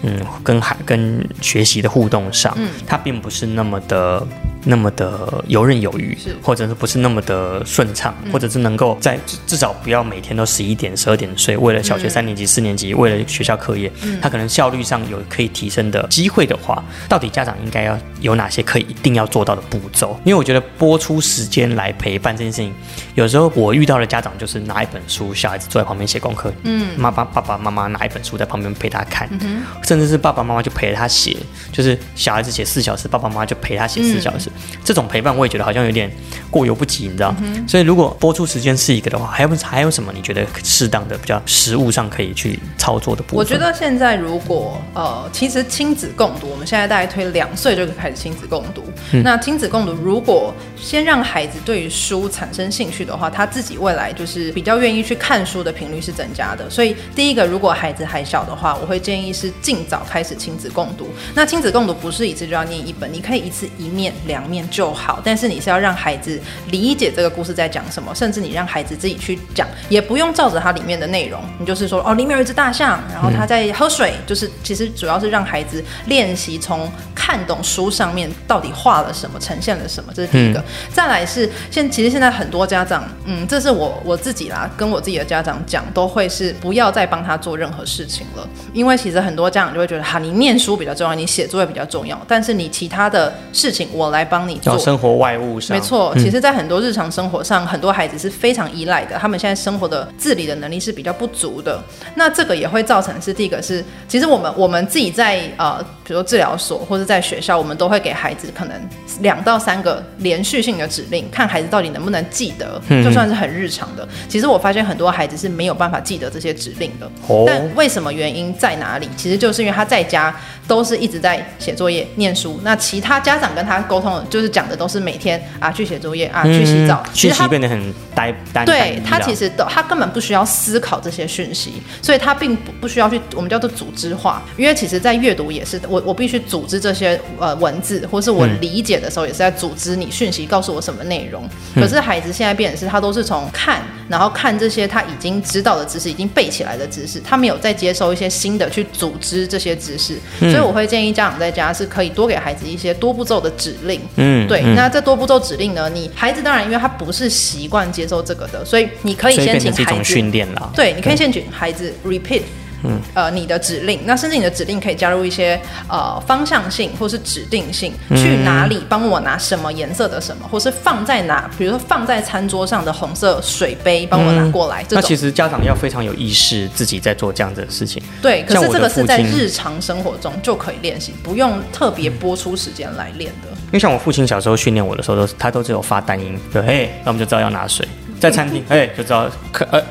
Speaker 3: 嗯，跟孩跟学习的互动上，他并不是那么的那么的游刃有余
Speaker 2: 是，
Speaker 3: 或者是不是那么的顺畅，或者是能够在至至少不要每天都十一点十二点睡，为了小学三年级、四年级，为了学校课业，他可能效率上有可以提升的机会的话，到底家长应该要有哪些可以一定要做到的步骤？因为我觉得播出时间来陪伴这件事情，有时候我遇到的家长就是拿一本书，小孩子坐在旁边写功课，嗯，妈妈爸爸妈妈拿一本书在旁边陪他看，
Speaker 2: 嗯
Speaker 3: 甚至是爸爸妈妈就陪他写，就是小孩子写四小时，爸爸妈妈就陪他写四小时。
Speaker 2: 嗯
Speaker 3: 这种陪伴我也觉得好像有点过犹不及，你知道？所以如果播出时间是一个的话，还有还有什么你觉得适当的比较实物上可以去操作的部分？
Speaker 2: 我觉得现在如果呃，其实亲子共读，我们现在大概推两岁就开始亲子共读。
Speaker 3: 嗯
Speaker 2: 那亲子共读，如果先让孩子对于书产生兴趣的话，他自己未来就是比较愿意去看书的频率是增加的。所以第一个，如果孩子还小的话，我会建议是尽早开始亲子共读。那亲子共读不是一次就要念一本，你可以一次一面、两面就好，但是你是要让孩子理解这个故事在讲什么，甚至你让孩子自己去讲，也不用照着它里面的内容，你就是说哦，里面有一只大象，然后它在喝水，就是其实主要是让孩子练习从看懂书上面到底画了什么，呈现了什么，这是第一个。再来是现其实现在很多家长，嗯，这是我我自己啦，跟我自己的家长讲，都会是不要再帮他做任何事情了，因为其实很多家长就会觉得哈，你念书比较重要，你写作业比较重要，但是你其他的事情我来帮你做
Speaker 3: 要。生活外物上，
Speaker 2: 没错，其实，在很多日常生活上，很多孩子是非常依赖的，他们现在生活的自理的能力是比较不足的。那这个也会造成是第一个是，其实我们我们自己在呃，比如说治疗所或者在学校，我们都会给孩子可能两到三个连续性的指令，看孩子到底能不能记得，就算是很日常的。其实我发现很多孩子是没有办法记得这些指令的。
Speaker 3: 哦
Speaker 2: 但为什么原因在哪里？其实就是因为他在家都是一直在写作业、念书，那其他家长跟他沟通的就是讲的都是每天啊去写作业啊去洗澡，其
Speaker 3: 讯
Speaker 2: 实
Speaker 3: 息
Speaker 2: 他。
Speaker 3: 嗯变得很呆单。
Speaker 2: 对
Speaker 3: 单
Speaker 2: 他
Speaker 3: 你知道
Speaker 2: 其实都，他根本不需要思考这些讯息，所以他并不不需要去我们叫做组织化，因为其实，在阅读也是我我必须组织这些呃文字，或是我
Speaker 3: 嗯
Speaker 2: 理解的时候也是在组织你讯息告诉我什么内容。可
Speaker 3: 嗯
Speaker 2: 是孩子现在变的是，他都是从看，然后看这些他已经知道的知识，已经背起来的知识，他没有再接收一些新的去组织这些知识。
Speaker 3: 嗯
Speaker 2: 所以我会建议家长在家是可以多给孩子一些多步骤的指令，
Speaker 3: 嗯
Speaker 2: 对，
Speaker 3: 嗯
Speaker 2: 那这多步骤指令呢？你孩子当然，因为他不是习惯接受这个的，所以你可以
Speaker 3: 所以
Speaker 2: 先请
Speaker 3: 变成是一
Speaker 2: 孩
Speaker 3: 种
Speaker 2: 子，
Speaker 3: 训嗯练啦。
Speaker 2: 对，你可以先请孩子 repeat。嗯，呃，你的指令，那甚至你的指令可以加入一些呃方向性或是指定性，去哪里帮我拿什么颜色的什么，或是放在哪，比如说放在餐桌上的红色水杯，帮我拿过来。这
Speaker 3: 嗯那
Speaker 2: 种。
Speaker 3: 其实家长要非常有意识，自己在做这样子的事情。
Speaker 2: 对，可
Speaker 3: 像
Speaker 2: 是
Speaker 3: 我
Speaker 2: 这
Speaker 3: 的
Speaker 2: 个
Speaker 3: 父
Speaker 2: 是在
Speaker 3: 亲
Speaker 2: 日常生活中就可以练习，不用特别播出时间来练的。
Speaker 3: 因为像我父亲小时候训练
Speaker 2: (laughs)
Speaker 3: 我的时候，都是他都只有发单音，就嘿，那我们就知道要拿水。在餐厅，嘿，就知道可呃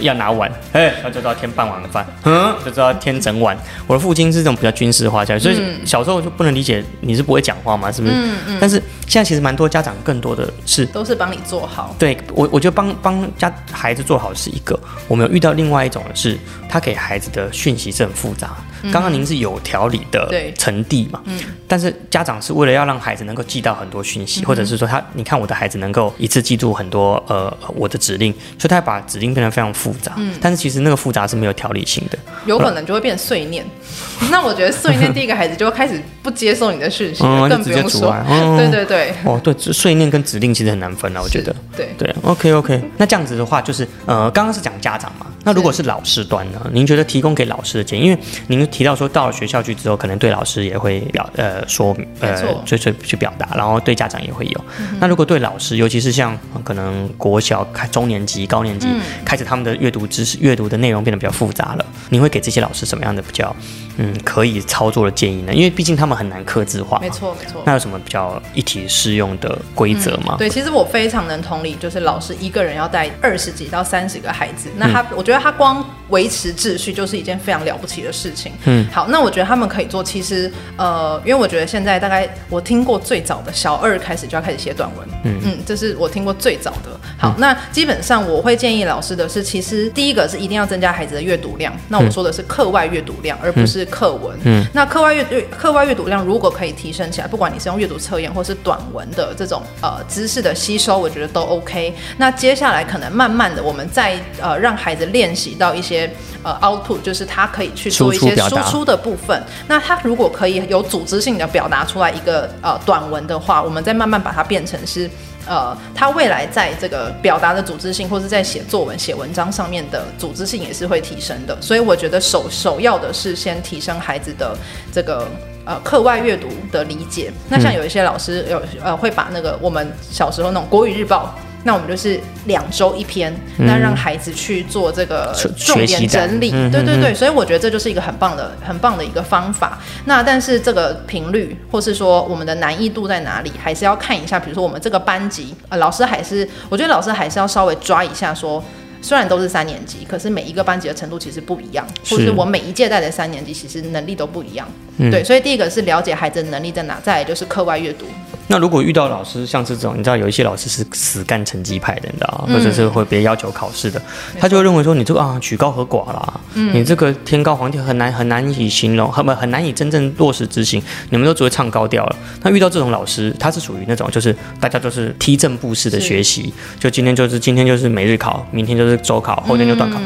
Speaker 3: 要拿碗，哎，然后就知道添半碗饭，嗯，就知道添整碗。我的父亲是这种比较军事化教育，所以
Speaker 2: 嗯
Speaker 3: 小时候就不能理解你是不会讲话嘛，是不是？但是现在其实蛮多家长更多的是
Speaker 2: 都是帮你做好。
Speaker 3: 对我，我觉得帮帮家孩子做好是一个，我们有遇到另外一种是，他给孩子的讯息是很复杂。刚刚您是有条理的
Speaker 2: 对
Speaker 3: 传递嘛，但是家长是为了要让孩子能够记到很多讯息，或者是说他，你看我的孩子能够一次记住很多呃我的指令，所以他把指令变得非常复杂。但是其实那个复杂是没有条理性的。
Speaker 2: 有可能就会变碎念。 (laughs) 那我觉得碎念第一个孩子就会开始不接受你的讯息了，
Speaker 3: 嗯
Speaker 2: 更不用
Speaker 3: 就直接阻
Speaker 2: 说
Speaker 3: 碍。嗯
Speaker 2: 对对对，
Speaker 3: 哦，对，这碎念跟指令其实很难分啊，我觉得。
Speaker 2: 是对。
Speaker 3: 对，OK OK，那这样子的话，就是呃，刚刚是讲家长嘛，那如果是老师端呢？您觉得提供给老师的建议，因为您提到说到了学校去之后，可能对老师也会表呃说
Speaker 2: 没
Speaker 3: 呃
Speaker 2: 错嗯
Speaker 3: 就就去表达，然后对家长也会有。那如果对老师，尤其是像呃可能国小开中年级、高年级、
Speaker 2: 嗯
Speaker 3: 开始他们的阅读知识、阅读的内容变得比较复杂了，您会给这些老师什么样的比较嗯可以操作的建议呢？因为毕竟他们很难克制化嘛
Speaker 2: 没。错，没错。
Speaker 3: 那有什么比较一体适用的规则吗？
Speaker 2: 嗯对，其实我非常能同理，就是老师一个人要带二十几到三十个孩子，
Speaker 3: 嗯
Speaker 2: 那他、我觉得他光维持秩序就是一件非常了不起的事情。嗯，好，那我觉得他们可以做，其实呃，因为我觉得现在大概我听过最早的小二开始就要开始写短文，嗯嗯，这是我听过最早的。好，
Speaker 3: 嗯
Speaker 2: 那基本上我会建议老师的是，其实第一个是一定要增加孩子的阅读量，那我说的是课外阅读量，而不是课文。嗯，那课外阅阅课外阅读量如果可以提升起来，不管你是用阅读测验或是短文的这种呃知识的吸收，我觉得都 OK。那接下来可能慢慢的，我们再呃让孩子练习到一些呃 output，就是他可以去做一
Speaker 3: 输出
Speaker 2: 些
Speaker 3: 表
Speaker 2: 输
Speaker 3: 达
Speaker 2: 出的部分。那他如果可以有组织性的表达出来一个呃短文的话，我们再慢慢把它变成是。呃，他未来在这个表达的组织性，或是在写作文、写文章上面的组织性也是会提升的。所以我觉得首首要的是先提升孩子的这个呃课外阅读的理解。那像有一些老师
Speaker 3: 嗯
Speaker 2: 有呃会把那个我们小时候那种国语日报。那我们就是两周一篇，那让孩子去做这个
Speaker 3: 嗯学
Speaker 2: 重
Speaker 3: 学
Speaker 2: 点
Speaker 3: 习嗯的
Speaker 2: 整理，对对对，所以我觉得这就是一个很棒的、很棒的一个方法。那但是这个频率，或是说我们的难易度在哪里，还是要看一下。比如说我们这个班级，呃，老师还是我觉得老师还是要稍微抓一下说。虽然都是三年级，可是每一个班级的程度其实不一样，或
Speaker 3: 是嗯
Speaker 2: 是我每一届带的三年级其实能力都不一样。对，所以第一个是了解孩子的能力在哪，再来就是课外阅读。
Speaker 3: 那如果遇到老师像是这种，你知道有一些老师是死干成绩派的，你知道
Speaker 2: 嗯
Speaker 3: 吗，或者是会别要求考试的，他就会认为说你这个啊曲高和寡啦，嗯你这个天高皇帝很难很难以形容，很不很难以真正落实执行，你们都只会唱高调了。那遇到这种老师，他是属于那种就是大家都是踢正步式的
Speaker 2: 是嗯
Speaker 3: 学习，就今天就是今天就是每日考，明天就是周考，后天就段考。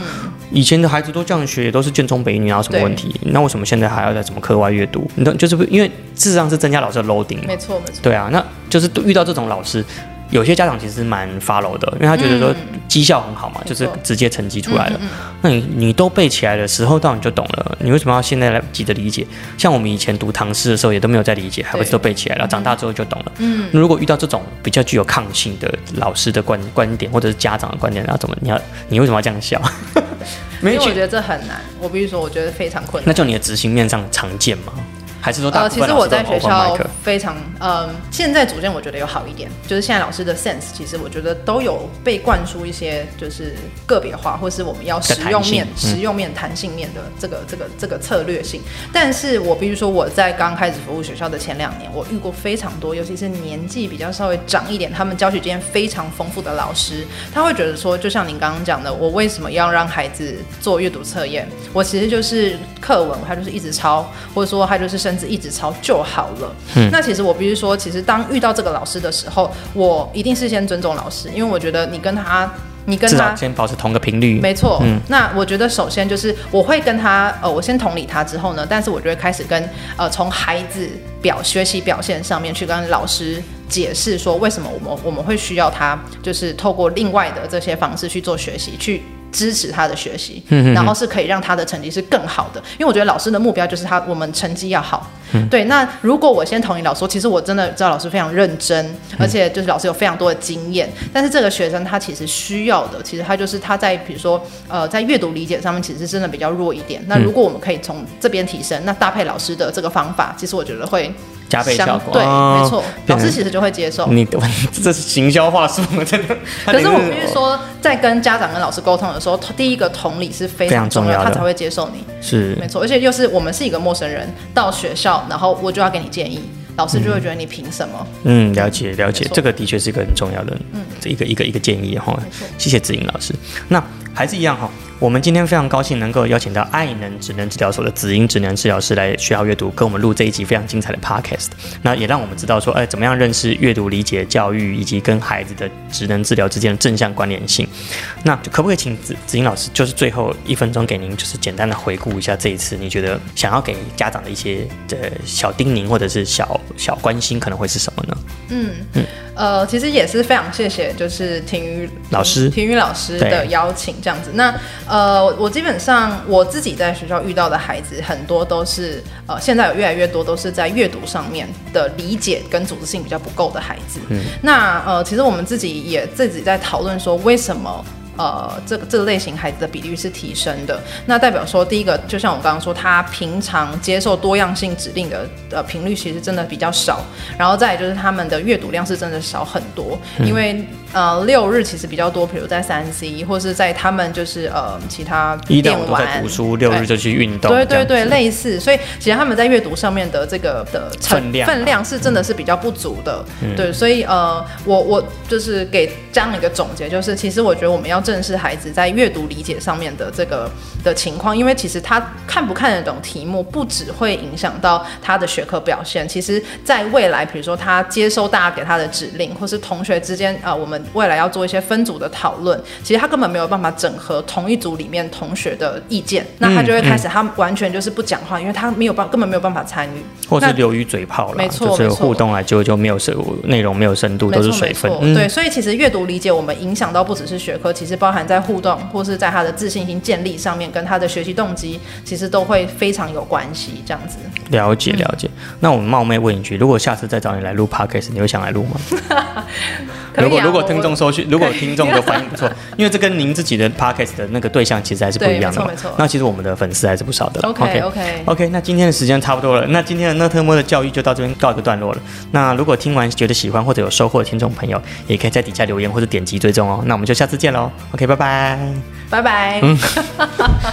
Speaker 3: 以前的孩子都这样学，也都是建中北一女，哪有啊什么
Speaker 2: 对
Speaker 3: 问题？那为什么现在还要再怎么课外阅读？你懂，就是不因为事实上是增加老师的 loading 嘛
Speaker 2: 没错，没错。
Speaker 3: 对啊，那就是遇到这种老师，有些家长其实蛮 follow 的，因为他觉得说绩效很好嘛，就
Speaker 2: 嗯
Speaker 3: 是
Speaker 2: 没错嗯
Speaker 3: 直接成绩出来了。那你你都背起来了，时候到你就懂了，你为什么要现在来急着理解？像我们以前读唐诗的时候也都没有在理解，还不是都背起来了，长大之后就懂了。嗯，如果遇到这种比较具有抗性的老师的观观点或者是家长的观点，那怎么你要你为什么要这样笑？ (laughs) 没
Speaker 2: 因为我
Speaker 3: 去
Speaker 2: 觉得这很难，我必须说，我觉得非常困难
Speaker 3: 那。就你的执行面上常见吗？还是说大
Speaker 2: 呃，
Speaker 3: 部
Speaker 2: 其
Speaker 3: 分
Speaker 2: 实
Speaker 3: 老
Speaker 2: 我
Speaker 3: 师都
Speaker 2: 在
Speaker 3: 很
Speaker 2: 学
Speaker 3: open
Speaker 2: 校
Speaker 3: mic？
Speaker 2: 非常，嗯、现在逐渐我觉得有好一点，就是现在老师的 sense，其实我觉得都有被灌输一些，就是个别化，或是我们要实用面、
Speaker 3: 弹性嗯
Speaker 2: 实用面、弹性面的这个、这个、这个策略性。但是我必须说，我在刚开始服务学校的前两年，我遇过非常多，尤其是年纪比较稍微长一点，他们教学经验非常丰富的老师，他会觉得说，就像您刚刚讲的，我为什么要让孩子做阅读测验？我其实就是课文，他就是一直抄，或者说他就是甚至一直抄就好了。那其实我必须说，其实当遇到这个老师的时候，我一定是先尊重老师，因为我觉得你跟他，你跟
Speaker 3: 至
Speaker 2: 他
Speaker 3: 少先保持同个频率。
Speaker 2: 没错，那我觉得首先就是我会跟他，呃，我先同理他之后呢，但是我就会开始跟，呃，从孩子表学习表现上面去跟老师解释说，为什么我们我们会需要他，就是透过另外的这些方式去做学习，去支持他的学习，然后是可以让他的成绩是更好的，因为我觉得老师的目标就是他我们成绩要好，对，那如果我先同意老师说，其实我真的知道老师非常认真，而且就是老师有非常多的经验，但是这个学生他其实需要的，其实他就是他在比如说呃在阅读理解上面其实真的比较弱一点。那如果我们可以从这边提升，那搭配老师的这个方法，其实我觉得会。
Speaker 4: 加倍
Speaker 2: 相
Speaker 4: 效果。
Speaker 2: 对，
Speaker 3: 哦嗯
Speaker 2: 没错，老
Speaker 3: 变成
Speaker 2: 师其实就会接受。
Speaker 3: 你这是行销话术，真的。
Speaker 2: (laughs)
Speaker 3: 他
Speaker 2: 可是
Speaker 3: 等于
Speaker 2: 我必须说，在跟家长跟老师沟通的时候，第一个同理是非
Speaker 3: 非常
Speaker 2: 常
Speaker 3: 重
Speaker 2: 重
Speaker 3: 要
Speaker 2: 要，
Speaker 3: 的
Speaker 2: 他才会接受你。
Speaker 3: 是
Speaker 2: 没错，而且又是我们是一个陌生人到学校，然后我就要给你建议，老师就会觉得你凭什么？
Speaker 3: 嗯，了解了解
Speaker 2: 没，错
Speaker 3: 这个的确是一个很重要的，嗯，一个一个一个建议哈。谢谢子颖老师。那还是一样哈，我们今天非常高兴能够邀请到爱能职能治疗所的子英职能治疗师来学好阅读，跟我们录这一集非常精彩的 podcast。那也让我们知道说，哎、怎么样认识阅读、理解、教育以及跟孩子的职能治疗之间的正向关联性。那可不可以请子子英老师，就是最后一分钟给您，就是简单的回顾一下这一次，你觉得想要给家长的一些呃小叮咛或者是小小关心，可能会是什么呢？
Speaker 2: 呃，其实也是非常谢谢，就是体育
Speaker 3: 老师
Speaker 2: 体育老师的
Speaker 3: 对
Speaker 2: 邀请这样子。那呃，我基本上我自己在学校遇到的孩子，很多都是呃，现在有越来越多都是在阅读上面的理解跟组织性比较不够的孩子。嗯，那呃，其实我们自己也自己在讨论说，为什么呃，这个这个类型孩子的比率是提升的。那代表说，第一个就像我刚刚说，他平常接受多样性指令的呃频率其实真的比较少，然后再来就是他们的阅读量是真的少很多，
Speaker 3: 嗯
Speaker 2: 因为呃六日其实比较多，比如在三 C 或是在他们就是呃其他
Speaker 3: 一到
Speaker 2: 电
Speaker 3: 五都在
Speaker 2: 玩
Speaker 3: 读书，六日
Speaker 2: 对
Speaker 3: 就去运动，
Speaker 2: 对
Speaker 3: 这样
Speaker 2: 对对，
Speaker 3: 子
Speaker 2: 类似，所以其实他们在阅读上面的这个的成
Speaker 3: 分量啊
Speaker 2: 分量是真的是比较不足的，对，所以呃，我我就是给这样一个总结，就是其实我觉得我们要正视孩子在阅读理解上面的这个的情况，因为其实他看不看得懂题目，不只会影响到他的学科表现，其实在未来，比如说他接收大家给他的指令，或是同学之间啊、呃我们未来要做一些分组的讨论，其实他根本没有办法整合同一组里面同学的意见，那他就会开始他完全就是不讲话，因为他没有办根本没有办法参与，
Speaker 3: 或是
Speaker 2: 那
Speaker 3: 流于嘴炮啦，
Speaker 2: 没错
Speaker 3: 就是
Speaker 2: 没错
Speaker 3: 互动来就就没有深内容没有深度，
Speaker 2: 没
Speaker 3: 都
Speaker 2: 错
Speaker 3: 是水分
Speaker 2: 没。错
Speaker 3: 嗯
Speaker 2: 对，所以其实阅读理解我们影响到不只是学科，其实包含在互动或是在他的自信心建立上面，跟他的学习动机其实都会非常有关系。这样子，
Speaker 3: 了解了解。那我们冒昧问一句，如果下次再找你来录 podcast，你会想来录吗？
Speaker 2: 可以啊
Speaker 3: 如果如果
Speaker 2: 我
Speaker 3: 听众搜寻，如果听众的反应
Speaker 2: (laughs)
Speaker 3: 不错，因为这跟您自己的 podcast 的那个对象其实还是不
Speaker 2: 对
Speaker 3: 一样的嘛
Speaker 2: 没错没错
Speaker 3: 那其实我们的粉丝还是不少的啦。
Speaker 2: OK，
Speaker 3: OK
Speaker 2: OK
Speaker 3: OK，那今天的时间差不多了，那今天的那特么的教育就到这边告一个段落了。那如果听完觉得喜欢或者有收获的听众朋友，也可以在底下留言或者点击追踪哦。那我们就下次见喽。OK，拜拜。
Speaker 2: 拜拜。